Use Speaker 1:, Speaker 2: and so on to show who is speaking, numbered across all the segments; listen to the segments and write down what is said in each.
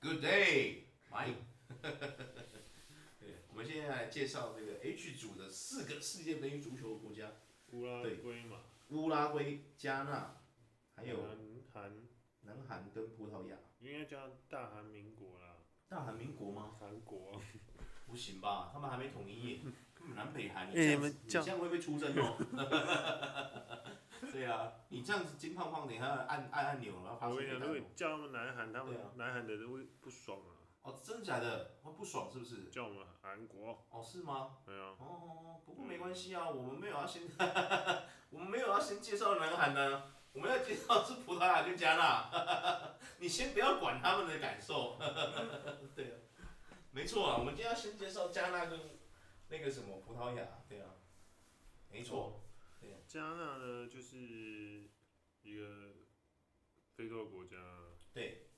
Speaker 1: Good day, Mike。对，我们现在来介绍这个 H 组的四个世界杯足球国家：
Speaker 2: 乌拉
Speaker 1: 对
Speaker 2: 圭嘛，
Speaker 1: 乌拉圭、加纳，还有
Speaker 2: 南韩，
Speaker 1: 南韩跟葡萄牙。
Speaker 2: 应该叫大韩民国啦，
Speaker 1: 大韩民国吗？
Speaker 2: 韩国。
Speaker 1: 不行吧？他们还没统一 耶，嗯南北韩，你
Speaker 2: 哎
Speaker 1: 这
Speaker 2: 你
Speaker 1: 样
Speaker 2: 们
Speaker 1: 子，你
Speaker 2: 这
Speaker 1: 这
Speaker 2: 样
Speaker 1: 样会被出征哦。 对啊，你这样子金胖胖的，你还要按按按钮，然后发
Speaker 2: 我
Speaker 1: 出
Speaker 2: 跟你
Speaker 1: 飞
Speaker 2: 讲，如果你
Speaker 1: 弹哦
Speaker 2: 叫他们南韩，他们
Speaker 1: 对啊
Speaker 2: 南韩的人会不爽啊，
Speaker 1: 哦，真的假的？他不爽是不是？
Speaker 2: 叫我们韩国，
Speaker 1: 哦，是吗？
Speaker 2: 对
Speaker 1: 哦
Speaker 2: 啊，
Speaker 1: 哦，哦不过没关系啊，我们没有要先， 我们没有要先介绍南韩呢、我们要介绍是葡萄牙跟加纳。 你先不要管他们的感受。 对啊，没错啊，我们今天要先介绍加纳跟那个什么葡萄牙，对啊，没
Speaker 2: 哦
Speaker 1: 错。啊
Speaker 2: 加纳呢就是一个非洲的国家，
Speaker 1: 对，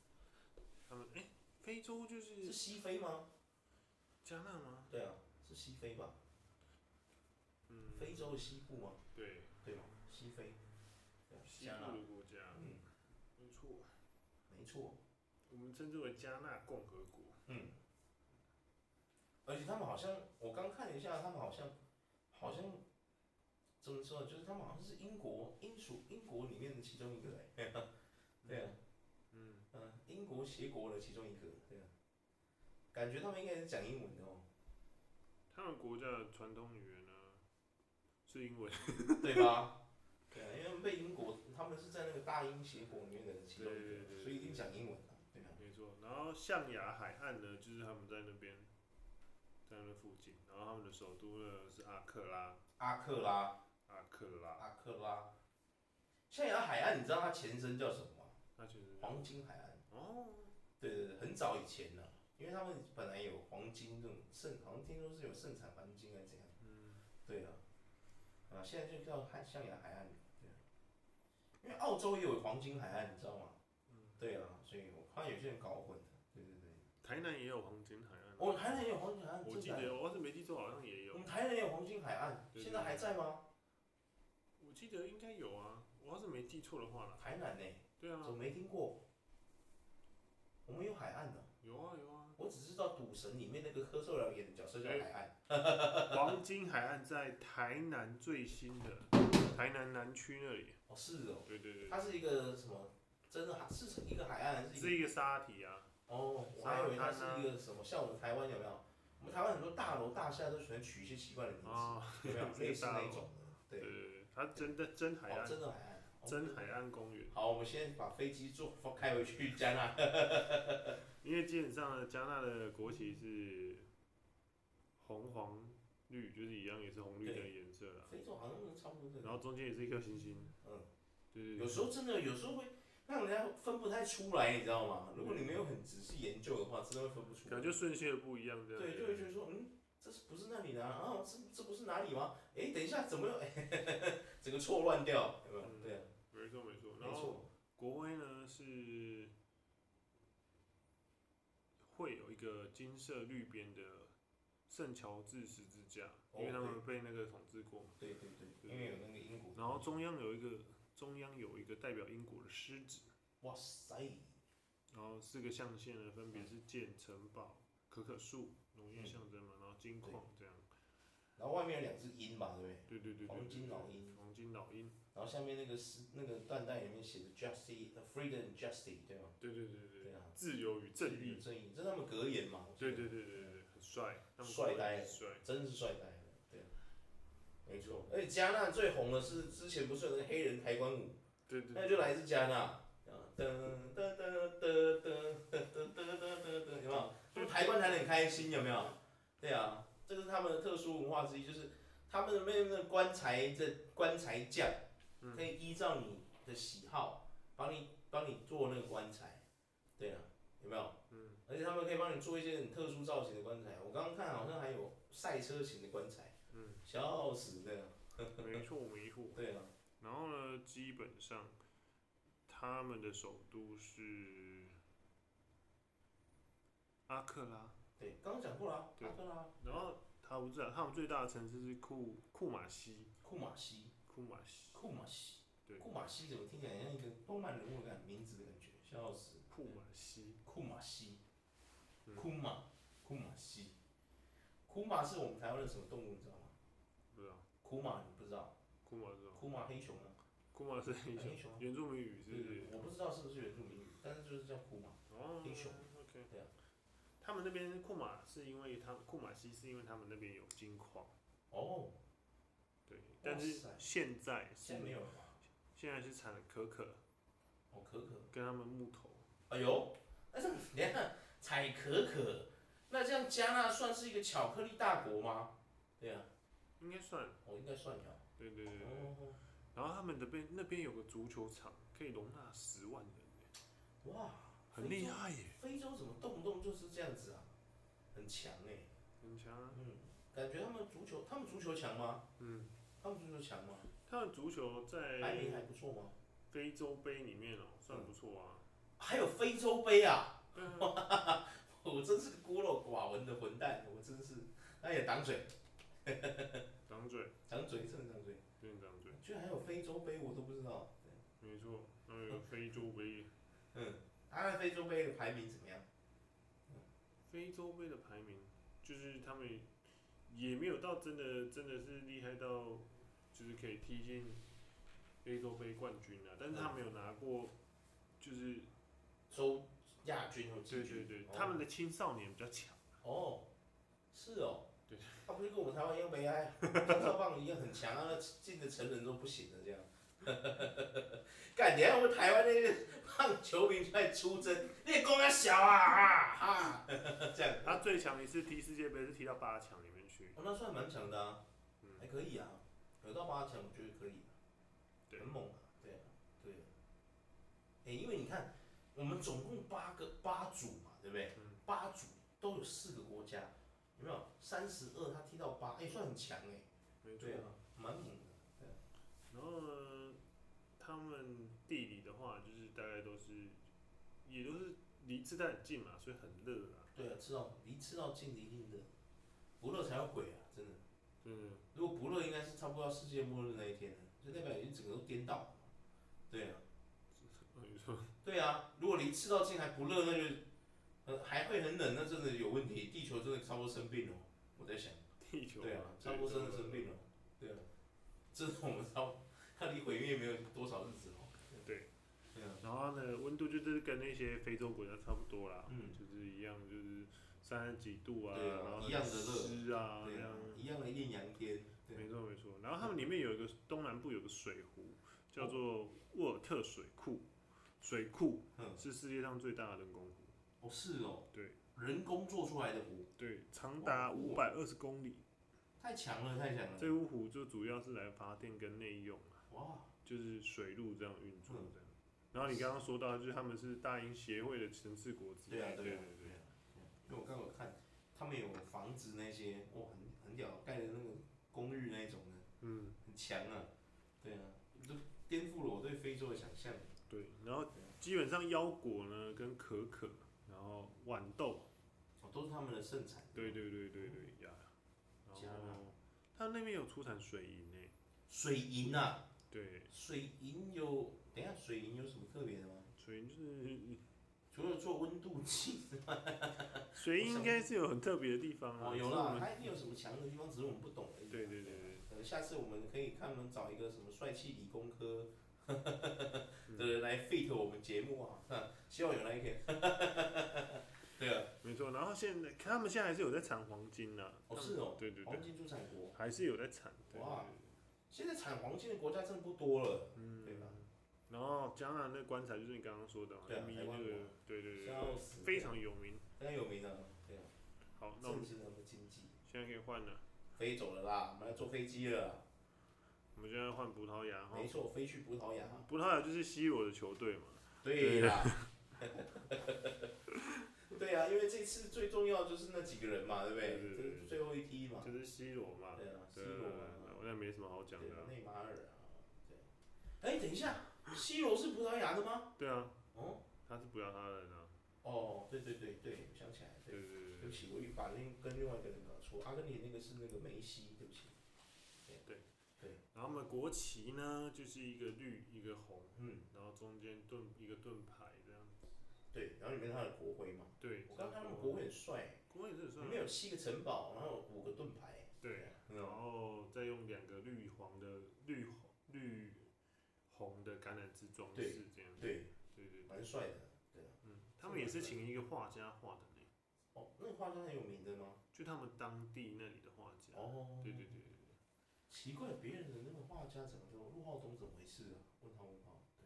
Speaker 2: 他们哎、非洲就是是
Speaker 1: 西非吗？
Speaker 2: 加纳吗？
Speaker 1: 对啊，是西非吧？
Speaker 2: 嗯，
Speaker 1: 非洲的西部吗？
Speaker 2: 对，
Speaker 1: 对吧？西非，对啊
Speaker 2: 西
Speaker 1: 加纳
Speaker 2: 部，的国家，
Speaker 1: 嗯，
Speaker 2: 没错，
Speaker 1: 没错，啊
Speaker 2: 我们称之为加纳共和国。
Speaker 1: 嗯。而且他们好像，我刚看了一下，他们好像，好像怎么说？就是他们好像是英国英属英国里面的其中一个哎、对啊，
Speaker 2: 嗯，
Speaker 1: 嗯，英国协国的其中一个，对啊。感觉他们应该是讲英文的 哦，
Speaker 2: 他们国家的传统语言呢是英文，
Speaker 1: 对吧？对啊，因为被英国，他们是在那个大英协国里面的其中
Speaker 2: 对
Speaker 1: 一
Speaker 2: 对对
Speaker 1: 个，
Speaker 2: 对
Speaker 1: 所以一定讲英文啊，对啊。
Speaker 2: 没错。然后象牙海岸呢，就是他们在那边，在那附近，然后他们的首都呢是阿克拉，
Speaker 1: 阿克拉，
Speaker 2: 阿克拉，
Speaker 1: 阿克拉。象牙海岸，你知道它前身叫什么吗？
Speaker 2: 那其实
Speaker 1: 黄金海岸。
Speaker 2: 哦，
Speaker 1: 对对对，很早以前呢、因为他们本来有黄金这种盛，好像听说是有盛产黄金还是怎样。
Speaker 2: 嗯，
Speaker 1: 对啊，啊，现在就叫海象牙海岸。对啊，因为澳洲也有黄金海岸，你知道吗？
Speaker 2: 嗯
Speaker 1: 对啊，所以我看有些人搞混了。对对对，
Speaker 2: 台南也有黄金海岸，啊
Speaker 1: 我们哦台南也有黄金海岸，
Speaker 2: 嗯我记
Speaker 1: 真的啊
Speaker 2: 得我要是没记错，好像也
Speaker 1: 我
Speaker 2: 有
Speaker 1: 们，台南也有黄金海岸，
Speaker 2: 对对对
Speaker 1: 现在还在吗？
Speaker 2: 我记得应该有啊，我要是没记错的话啦，
Speaker 1: 台南呢、
Speaker 2: 对啊
Speaker 1: 怎，么没听过？我们有海岸呢、
Speaker 2: 有啊有啊，
Speaker 1: 我只知道《赌神》里面那个柯受良演的角色叫海岸。
Speaker 2: 黄金海岸在台南最新的台南南区那里，
Speaker 1: 哦，是哦，
Speaker 2: 对对对
Speaker 1: 它是一个什么？真的海是一个海岸还
Speaker 2: 对，
Speaker 1: 是一个？
Speaker 2: 是一个沙体啊，
Speaker 1: 哦，我还以为它是一个什么？像我们台湾有没有？我们台湾很多大楼大厦都喜欢取一些奇怪的名字，
Speaker 2: 啊，
Speaker 1: 有没有？
Speaker 2: 是一
Speaker 1: 类
Speaker 2: 个
Speaker 1: 似
Speaker 2: 大
Speaker 1: 那
Speaker 2: 楼
Speaker 1: 一种的，
Speaker 2: 对
Speaker 1: 对。
Speaker 2: 对对，它真的真海
Speaker 1: 哦，
Speaker 2: 岸，
Speaker 1: 真的海岸。哦
Speaker 2: 真海岸公园，
Speaker 1: 好，我们先把飞机坐开回去 加纳。
Speaker 2: 因为基本上呢，加纳的国旗是红黄绿，就是一样也是红绿的颜色啦，
Speaker 1: 非洲好像差不多这
Speaker 2: 然
Speaker 1: 个。
Speaker 2: 后中间也是一颗星星，
Speaker 1: 嗯。
Speaker 2: 对对
Speaker 1: 有时候真的，有时候会让人家分不太出来，你知道吗？如果你没有很仔细研究的话，真的会分不出
Speaker 2: 对，
Speaker 1: 来。
Speaker 2: 感觉顺序也不一样这样，
Speaker 1: 对，就会觉得说，嗯，这是不是那里的啊？啊这这不是哪里吗？哎，等一下，怎么又、 整个错乱掉？有没有？
Speaker 2: 嗯
Speaker 1: 对啊，
Speaker 2: 没错没错，然
Speaker 1: 没
Speaker 2: 后
Speaker 1: 错，
Speaker 2: 国徽呢是会有一个金色绿边的圣乔治十字架，
Speaker 1: 哦
Speaker 2: 因为他们被那个统治过嘛。
Speaker 1: 对对对，因为有那个英国。
Speaker 2: 嗯然后中央有一个中央有一个代表英国的狮子，
Speaker 1: 哇塞，
Speaker 2: 然后四个象限呢分别是剑、城堡、可可树、农业象征嘛，然后金矿这样。
Speaker 1: 然后外面有两只鹰嘛，对不对？
Speaker 2: 对对对对，
Speaker 1: 黄金老
Speaker 2: 对
Speaker 1: 鹰，
Speaker 2: 黄金老鹰，
Speaker 1: 然后下面那个是那个缎带里面写着 “justice, freedom, and justice”，对吗？
Speaker 2: 对对对对
Speaker 1: 对啊
Speaker 2: 自由与正义，
Speaker 1: 正义，这是他们格言嘛？我觉
Speaker 2: 对
Speaker 1: 得
Speaker 2: 对对对对，很帅，他们
Speaker 1: 帅呆了
Speaker 2: 啊帅，
Speaker 1: 真是帅呆了，对啊，没错。而且加纳最红的是之前不是有那个黑人抬棺舞，
Speaker 2: 对对对，
Speaker 1: 那就来自加纳。啊噔噔噔噔噔噔噔噔噔噔，有没有？他们抬棺抬得很开心，有没有？对啊，这个是他们的特殊文化之一，就是他们那边的棺材这棺材匠
Speaker 2: 嗯
Speaker 1: 可以依照你的喜好，帮你帮你做那个棺材，对啊，有没有？
Speaker 2: 嗯。
Speaker 1: 而且他们可以帮你做一些很特殊造型的棺材，我刚刚看好像还有赛车型的棺材，
Speaker 2: 嗯，
Speaker 1: 笑死对啊，
Speaker 2: 没错没错。
Speaker 1: 对啊，
Speaker 2: 然后呢，基本上他们的首都是阿克拉，
Speaker 1: 对，刚刚讲过啦，
Speaker 2: 对
Speaker 1: 阿克拉、
Speaker 2: 然后他不知道，他们最大的城市是库库马西，
Speaker 1: 库马西。
Speaker 2: 库马西，
Speaker 1: 库马西，
Speaker 2: 对
Speaker 1: 库马西怎么听起来很像一个动漫人物的感名字的感觉？笑死！
Speaker 2: 库马西，
Speaker 1: 库马西，
Speaker 2: 嗯
Speaker 1: 库马库马西，库马是我们台湾的什么动物，你知道吗？
Speaker 2: 不知道，
Speaker 1: 库马你不知道？
Speaker 2: 库马是什么？
Speaker 1: 库马黑熊吗？
Speaker 2: 库马是黑
Speaker 1: 黑
Speaker 2: 熊
Speaker 1: 熊，
Speaker 2: 原住民语是
Speaker 1: 对
Speaker 2: 不
Speaker 1: 对
Speaker 2: 是
Speaker 1: 对，？我不知道是不是原住民语，但是就是叫库马。
Speaker 2: 哦，
Speaker 1: 黑熊
Speaker 2: OK，
Speaker 1: 对啊
Speaker 2: 他们那边库马是因为他库马西是因为他们那边有金矿，
Speaker 1: 哦，
Speaker 2: 对，但是
Speaker 1: 塞
Speaker 2: 现在是
Speaker 1: 现在没有了吧？
Speaker 2: 现在是产可可
Speaker 1: 哦，可可，
Speaker 2: 跟他们木头，
Speaker 1: 哎呦，那这样你看采可可，那这样加纳算是一个巧克力大国吗？对啊，
Speaker 2: 应该算，
Speaker 1: 我应该算有。
Speaker 2: 对对对对。
Speaker 1: 哦，
Speaker 2: 然后他们那边那边有个足球场，可以容纳十万人耶，
Speaker 1: 哇，
Speaker 2: 很厉害耶，
Speaker 1: 非洲怎么动不动就是这样子啊？很强哎、
Speaker 2: 很强啊。
Speaker 1: 嗯，感觉他们足球，他们足球强吗？
Speaker 2: 嗯，
Speaker 1: 他们足球强吗？
Speaker 2: 他们足球
Speaker 1: 排名
Speaker 2: 在
Speaker 1: 还不错吗？
Speaker 2: 非洲杯里面哦，算不错啊。
Speaker 1: 还有非洲杯啊！
Speaker 2: 对啊
Speaker 1: 我真是个孤陋寡闻的混蛋，我真是，哎呀，挡嘴，
Speaker 2: 张嘴，
Speaker 1: 挡嘴，真的挡嘴，
Speaker 2: 对张嘴，
Speaker 1: 居然还有非洲杯，我都不知道。对
Speaker 2: 没错。然后有非洲杯，
Speaker 1: 嗯，他那非洲杯的排名怎么样？
Speaker 2: 非洲杯的排名就是他们也没有到真的真的是厉害到，就是可以踢进非洲杯冠军啊，但是他没有拿过，就是
Speaker 1: 周亚军和
Speaker 2: 对
Speaker 1: 季
Speaker 2: 对
Speaker 1: 军，
Speaker 2: 对，
Speaker 1: 哦
Speaker 2: 他们的青少年比较强。
Speaker 1: 哦，是哦，
Speaker 2: 对，
Speaker 1: 他不是跟我们台湾一样悲 哀，青少棒一样很强啊，那进的成人都不行了这样。 感觉我们台湾那个棒球迷出来出征，那功啊小啊啊啊，这样，
Speaker 2: 他最强一次踢世界杯是踢到八强里面去，
Speaker 1: 哦、那算蛮强的啊，
Speaker 2: 嗯
Speaker 1: 还可以啊，有到八强我觉得可以，啊
Speaker 2: 对
Speaker 1: 很猛啊，对啊，对啊。哎、因为你看，我们总共八个八组嘛，对不对？
Speaker 2: 嗯
Speaker 1: 八组都有四个国家，有没有？三十二他踢到八，哎、算很强哎、
Speaker 2: 没错
Speaker 1: 对。啊，蛮猛的。
Speaker 2: 然后呢，他们地理的话，就是大概都是，也都是离热带很近嘛，所以很热啦。
Speaker 1: 对啊，吃到离吃到近的一定的，不热才有鬼啊！真的，
Speaker 2: 嗯，
Speaker 1: 如果不热，应该是差不多要世界末日那一天了，就代表已经整个都颠倒了嘛。对啊，
Speaker 2: 没错。
Speaker 1: 对啊，如果离赤道近还不热，那就呃还会很冷，那真的有问题，地球真的差不多生病了。我在想，
Speaker 2: 地球
Speaker 1: 对啊，差不多真的
Speaker 2: 呃
Speaker 1: 生病了。对啊，这是我们差不多，它离毁灭没有多少日子哦了。
Speaker 2: 对，
Speaker 1: 对啊，
Speaker 2: 然后呢，温度就是跟那些非洲国家差不多啦，
Speaker 1: 嗯
Speaker 2: 就是一样，就是三十几度啊，
Speaker 1: 对啊
Speaker 2: 然后
Speaker 1: 一样的热
Speaker 2: 湿啊，
Speaker 1: 对
Speaker 2: 这
Speaker 1: 啊
Speaker 2: 样。，
Speaker 1: 一样的艳阳天。对啊
Speaker 2: 没错没错。然后他们里面有一个东南部有个水湖，叫做沃尔特水库，水库
Speaker 1: 嗯，
Speaker 2: 是世界上最大的人工湖。
Speaker 1: 哦是哦，
Speaker 2: 对，
Speaker 1: 人工做出来的湖。
Speaker 2: 对，长达五百二十公里。
Speaker 1: 太强了，太强了！
Speaker 2: 这芜湖就主要是来发电跟内用啊，
Speaker 1: 哇，
Speaker 2: 就是水路这样运作
Speaker 1: 嗯
Speaker 2: 这样。然后你刚刚说到，就是他们是大英协会的城市国之一，
Speaker 1: 对啊，
Speaker 2: 对
Speaker 1: 对啊，对啊。因为我刚刚有看，他们有房子那些，哇，很很屌，盖的那个公寓那一种的，
Speaker 2: 嗯，
Speaker 1: 很强啊。对啊，都颠覆了我对非洲的想象。
Speaker 2: 对。然后基本上腰果呢跟可可，然后豌豆，
Speaker 1: 哦，都是他们的盛产。
Speaker 2: 对，对对对对呀。
Speaker 1: 加
Speaker 2: 然
Speaker 1: 拿大
Speaker 2: 后他那边有出产水银诶，
Speaker 1: 水银啊，
Speaker 2: 对，
Speaker 1: 水银有，等一下，水银有什么特别的吗？
Speaker 2: 水银 就是
Speaker 1: 除了做温度计，
Speaker 2: 水银应该是有很特别的地方 啊，
Speaker 1: 哦，有
Speaker 2: 只是我
Speaker 1: 啦，
Speaker 2: 们
Speaker 1: 它一定有什么强的地方，只是我们不懂而已。
Speaker 2: 对对对对，
Speaker 1: 呃，下次我们可以看能找一个什么帅气理工 科的人来 fit 我们节目啊，哼希望有那一天。对啊，
Speaker 2: 没错。然后现在他们现在还是有在产黄金呢，
Speaker 1: 哦是哦，
Speaker 2: 对对对
Speaker 1: 黄。金出产国，
Speaker 2: 还是有在产。对
Speaker 1: 哇现在产黄金的国家真的不多了，
Speaker 2: 嗯
Speaker 1: 对吧？
Speaker 2: 然后加拿大那棺材就是你刚刚说的嘛，
Speaker 1: 对啊
Speaker 2: 迷
Speaker 1: 台
Speaker 2: 那
Speaker 1: 湾
Speaker 2: 个
Speaker 1: 嘛，
Speaker 2: 对对对，
Speaker 1: 笑死，
Speaker 2: 非常有名。
Speaker 1: 非常有名的，对啊，
Speaker 2: 好，那我
Speaker 1: 政
Speaker 2: 们
Speaker 1: 治和经济，
Speaker 2: 现在可以换了，
Speaker 1: 飞走了啦，我们要坐飞机了，
Speaker 2: 我们现在换葡萄牙啊哈
Speaker 1: 没，错，飞去葡萄牙，
Speaker 2: 葡萄牙就是 C 罗的球队嘛，
Speaker 1: 对啦。对啊，因为这次最重要就是那几个人嘛，对不
Speaker 2: 对
Speaker 1: 对？
Speaker 2: 对对
Speaker 1: 这是最后一批嘛。
Speaker 2: 就是 C 罗嘛，
Speaker 1: 对啊，C
Speaker 2: 对
Speaker 1: 罗啊，
Speaker 2: 我那没什么好讲
Speaker 1: 对
Speaker 2: 的啊，
Speaker 1: 内马尔啊，对。哎，等一下，C 罗是葡萄牙的吗？
Speaker 2: 对啊，
Speaker 1: 哦，
Speaker 2: 他是葡萄牙人啊，
Speaker 1: 哦，对对对对，我想起来了，
Speaker 2: 对
Speaker 1: 对，
Speaker 2: 对对
Speaker 1: 对不
Speaker 2: 对，
Speaker 1: 起，我一把另跟另外一个人搞错，阿根廷那个是那个梅西，对不起。
Speaker 2: 然后他们的国旗呢就是一个绿一个红，
Speaker 1: 嗯，
Speaker 2: 然后中间盾一个盾牌这样，
Speaker 1: 对，然然后里面他的国徽嘛，
Speaker 2: 对，
Speaker 1: 我刚刚他们
Speaker 2: 国
Speaker 1: 国徽很帅欸，
Speaker 2: 国也是很帅
Speaker 1: 里
Speaker 2: 啊，
Speaker 1: 面有七个城堡，然后五个盾牌，
Speaker 2: 对，
Speaker 1: 嗯，
Speaker 2: 然后再用两个绿黄的绿红绿红的橄榄枝装
Speaker 1: 对
Speaker 2: 饰这样，
Speaker 1: 对，
Speaker 2: 对对，
Speaker 1: 蛮帅的，对啊，
Speaker 2: 嗯，他们也是请一个画家画的呢，
Speaker 1: 哦，那个画家很有名的吗？
Speaker 2: 就他们当地那里的画家，
Speaker 1: 哦，
Speaker 2: 对对对对对，
Speaker 1: 奇怪，别人的那个画家怎么都陆浩东怎么回事啊？问号问号，对，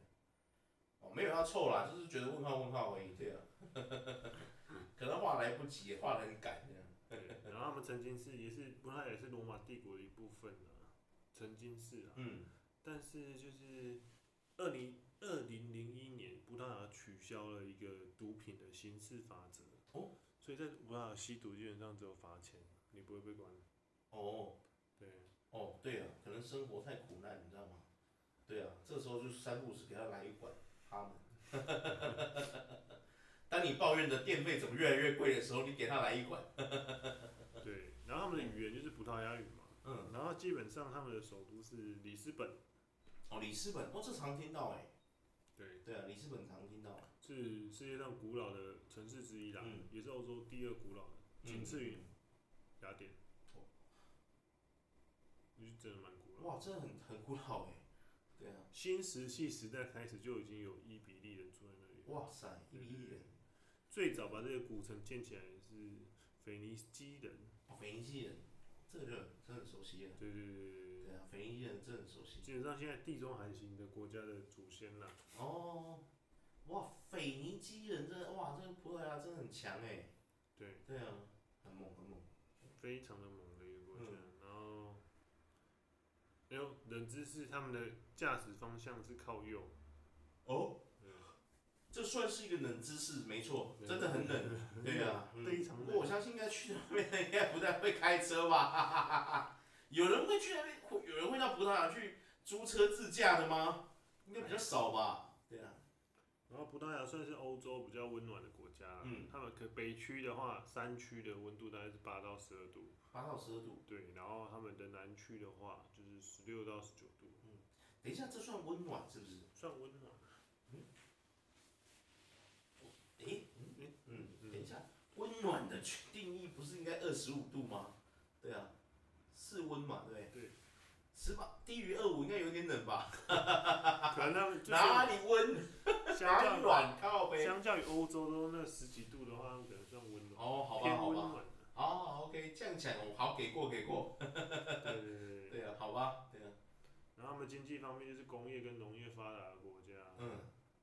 Speaker 1: 哦，没有要臭啦，就是觉得问号问号而已，对啊， 可能画来不及，画的很赶这样，
Speaker 2: 对，然后他们曾经是也是，不过他也是罗马帝国的一部分啊，曾经是啊，
Speaker 1: 嗯，
Speaker 2: 但是就是二零二零零一年，葡萄牙取消了一个毒品的刑事法则，
Speaker 1: 哦，
Speaker 2: 所以在葡萄牙吸毒基本上只有罚钱，你不会被关，
Speaker 1: 哦。
Speaker 2: 对，
Speaker 1: 哦，对啊，可能生活太苦难，你知道吗？对啊，这时候就是三不五时给他来一管，他们。 当你抱怨的电费怎么越来越贵的时候，你给他来一管。
Speaker 2: 对，然后他们的语言就是葡萄牙语嘛，
Speaker 1: 嗯，
Speaker 2: 然后基本上他们的首都是里斯本，
Speaker 1: 哦，里斯本，哦，这常听到哎、
Speaker 2: 对，
Speaker 1: 对啊，里斯本常听到。
Speaker 2: 是世界上古老的城市之一啦，
Speaker 1: 嗯
Speaker 2: 也是欧洲第二古老的，仅次于雅典。
Speaker 1: 哦
Speaker 2: 我觉得真的蛮古
Speaker 1: 嗯。
Speaker 2: 老的。
Speaker 1: 哇，这很很古老哎、对啊，
Speaker 2: 新石器时代开始就已经有伊比利人住在那里，
Speaker 1: 哇塞，一比一人，
Speaker 2: 最早把这个古城建起来的是腓尼基人。
Speaker 1: 哦，腓尼基人，这个就真的很熟悉了。
Speaker 2: 对对对对对
Speaker 1: 对啊，腓尼基人真的很熟悉
Speaker 2: 对，。基本上现在地中海型的国家的祖先啦。
Speaker 1: 哦，哇，腓尼基人真的，哇，这个葡萄牙真的很强哎、
Speaker 2: 对，
Speaker 1: 对啊，很猛很猛。
Speaker 2: 非常的猛的一个国家。
Speaker 1: 嗯
Speaker 2: 然后，哎呦，冷知识，他们的驾驶方向是靠右。
Speaker 1: 哦
Speaker 2: 嗯，
Speaker 1: 这算是一个冷知识，没错，
Speaker 2: 对
Speaker 1: 真的很冷。对啊，嗯
Speaker 2: 非常冷
Speaker 1: 不过我相信应该去那边的应该不太会开车吧？ 哈哈哈哈有人会去那边，会有人会到葡萄牙去租车自驾的吗？应该比较少吧？对啊，
Speaker 2: 然后葡萄牙算是欧洲比较温暖的国家啦，
Speaker 1: 嗯
Speaker 2: 他们可北区的话，山区的温度大概是八到十二度，
Speaker 1: 八到十二度。
Speaker 2: 对，然后他们的南区的话就是十六到十九度，
Speaker 1: 等一下，这算温暖是不是？
Speaker 2: 算温暖。
Speaker 1: 诶，
Speaker 2: 诶
Speaker 1: 嗯嗯，
Speaker 2: 嗯
Speaker 1: 等一下，温暖的定义不是应该二十五度吗？对啊，室温嘛，对不
Speaker 2: 对，
Speaker 1: 十八低于二五应该有点冷吧？
Speaker 2: 可能他们就是
Speaker 1: 哪里温？
Speaker 2: 相较于
Speaker 1: 暖靠 呗？
Speaker 2: 相较于欧洲都那十几度的话，他们可能算温暖，
Speaker 1: 哦，好吧，
Speaker 2: 偏
Speaker 1: 好
Speaker 2: 温
Speaker 1: 吧，
Speaker 2: 暖 的。
Speaker 1: 好，OK，这样讲我好给过给过，
Speaker 2: 对对对对。
Speaker 1: 对啊，好吧，对啊，
Speaker 2: 然后他们经济方面就是工业跟农业发达的国家，
Speaker 1: 嗯，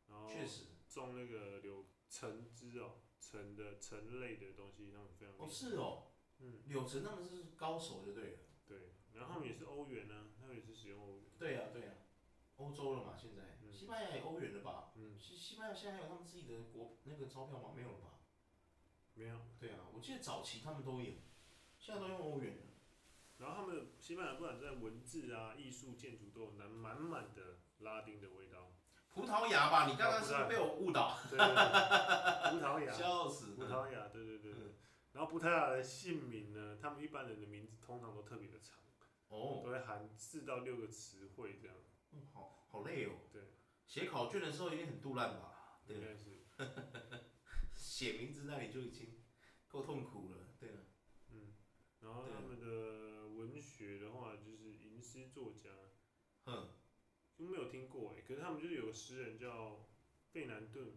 Speaker 2: 然后
Speaker 1: 确实，
Speaker 2: 种那个柳橙汁哦，橙的橙类的东西，他们非常厉害
Speaker 1: 哦是哦，
Speaker 2: 嗯，
Speaker 1: 柳橙他们是高手就对了，
Speaker 2: 对，然后他们也是欧元呢、他们也是使用欧元，
Speaker 1: 对啊对啊，欧洲了嘛现在，
Speaker 2: 嗯
Speaker 1: 西班牙也欧元了吧？
Speaker 2: 嗯，
Speaker 1: 西西班牙现在还有他们自己的国那个钞票吗？没有了吧？
Speaker 2: 没有。
Speaker 1: 对啊，我记得早期他们都有，现在都用欧元了。
Speaker 2: 然后他们西班牙不管在文字啊、艺术、建筑都有满满满的拉丁的味 道，
Speaker 1: 葡萄牙吧，你刚刚是不是被我误导，
Speaker 2: 对，葡萄牙，
Speaker 1: 笑死
Speaker 2: 葡萄牙，对对对对
Speaker 1: 嗯。
Speaker 2: 然后葡萄牙的姓名呢，他们一般人的名字通常都特别的长，
Speaker 1: 哦
Speaker 2: 都，会含四到六个词汇这样，
Speaker 1: 嗯好好累哦。
Speaker 2: 对，
Speaker 1: 写考卷的时候一定很肚烂吧？对
Speaker 2: 应
Speaker 1: 啊，
Speaker 2: 该是，
Speaker 1: 写名字那里就已经够痛苦了。对了，
Speaker 2: 嗯。然后
Speaker 1: 对
Speaker 2: 他们的文学的话，就是吟诗作家，嗯
Speaker 1: 哼，
Speaker 2: 都没有听过哎、可是他们就是有个诗人叫费南顿·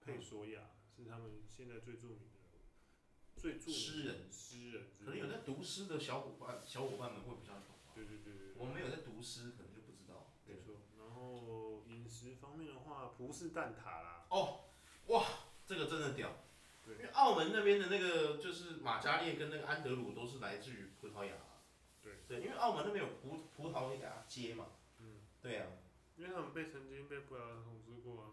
Speaker 2: 佩索亚，是他们现在最著名的最著名
Speaker 1: 诗人
Speaker 2: 的诗人之
Speaker 1: 可能
Speaker 2: 一
Speaker 1: 有。在读诗的小伙伴小伙伴们会比较懂吧。
Speaker 2: 对对对对
Speaker 1: 我
Speaker 2: 对，
Speaker 1: 们没有在读诗，可能就不知道。对
Speaker 2: 没，错。然后饮食方面的话，葡式蛋挞啦，
Speaker 1: 哦，哇，这个真的屌。因为
Speaker 2: 对
Speaker 1: 澳门那边的那个就是马加列跟那个安德鲁都是来自于葡萄牙。
Speaker 2: 对
Speaker 1: 对，因为澳门那边有葡葡萄牙街嘛。
Speaker 2: 嗯。
Speaker 1: 对啊，
Speaker 2: 因为他们被曾经被葡萄牙统治过啊。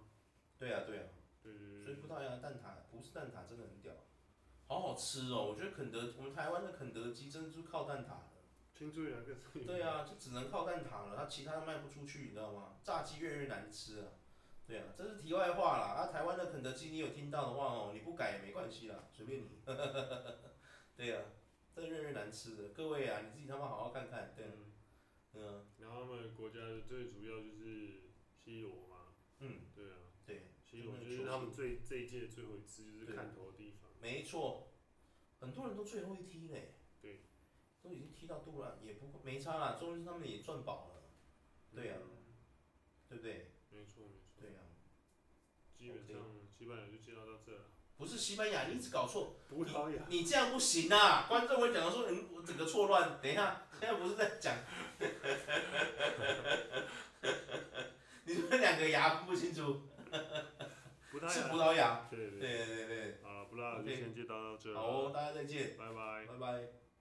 Speaker 1: 对啊，对啊，
Speaker 2: 对对
Speaker 1: 所
Speaker 2: 对
Speaker 1: 以葡
Speaker 2: 对，
Speaker 1: 萄牙蛋挞葡式蛋挞真的很屌，好好吃哦！我觉得肯德我们台湾的肯德基真的就是靠蛋挞了。
Speaker 2: 青出于蓝更胜于
Speaker 1: 对啊，就只能靠蛋挞了，它其他的卖不出去，你知道吗？炸鸡越来越难吃啊。对啊，这是题外话啦。啊，台湾的肯德基，你有听到的话哦，你不改也没关系啦，随便你。 对啊，这越来越难吃的，各位啊，你自己他妈好好看看。对啊，
Speaker 2: 嗯
Speaker 1: 嗯啊
Speaker 2: 然后他们国家的最主要就是西罗嘛，
Speaker 1: 嗯，
Speaker 2: 对啊，
Speaker 1: 对，
Speaker 2: 其实我觉得他们最这一届最后一次就是看头的地方。
Speaker 1: 没错，很多人都最后一踢嘞，
Speaker 2: 对，
Speaker 1: 都已经踢到杜兰，也不没差啦，终于他们也赚饱了，对啊
Speaker 2: 嗯
Speaker 1: 对不对？
Speaker 2: 没错没错，
Speaker 1: 对啊，
Speaker 2: 基本上西班牙就介绍到这了。
Speaker 1: 不是西班牙，你一直搞错，
Speaker 2: 葡萄牙，
Speaker 1: 你这样不行啊！观众会讲到说，嗯，我整个错乱。等一下， 现在不是在讲，你们两个牙分不清楚，
Speaker 2: 葡萄牙，
Speaker 1: 是葡萄牙，
Speaker 2: 对对啊
Speaker 1: 对
Speaker 2: 对。
Speaker 1: 对对对，
Speaker 2: 好了，葡萄牙就
Speaker 1: OK
Speaker 2: 先介绍到这了。
Speaker 1: 好哦，大家再见，
Speaker 2: 拜拜。
Speaker 1: 拜拜。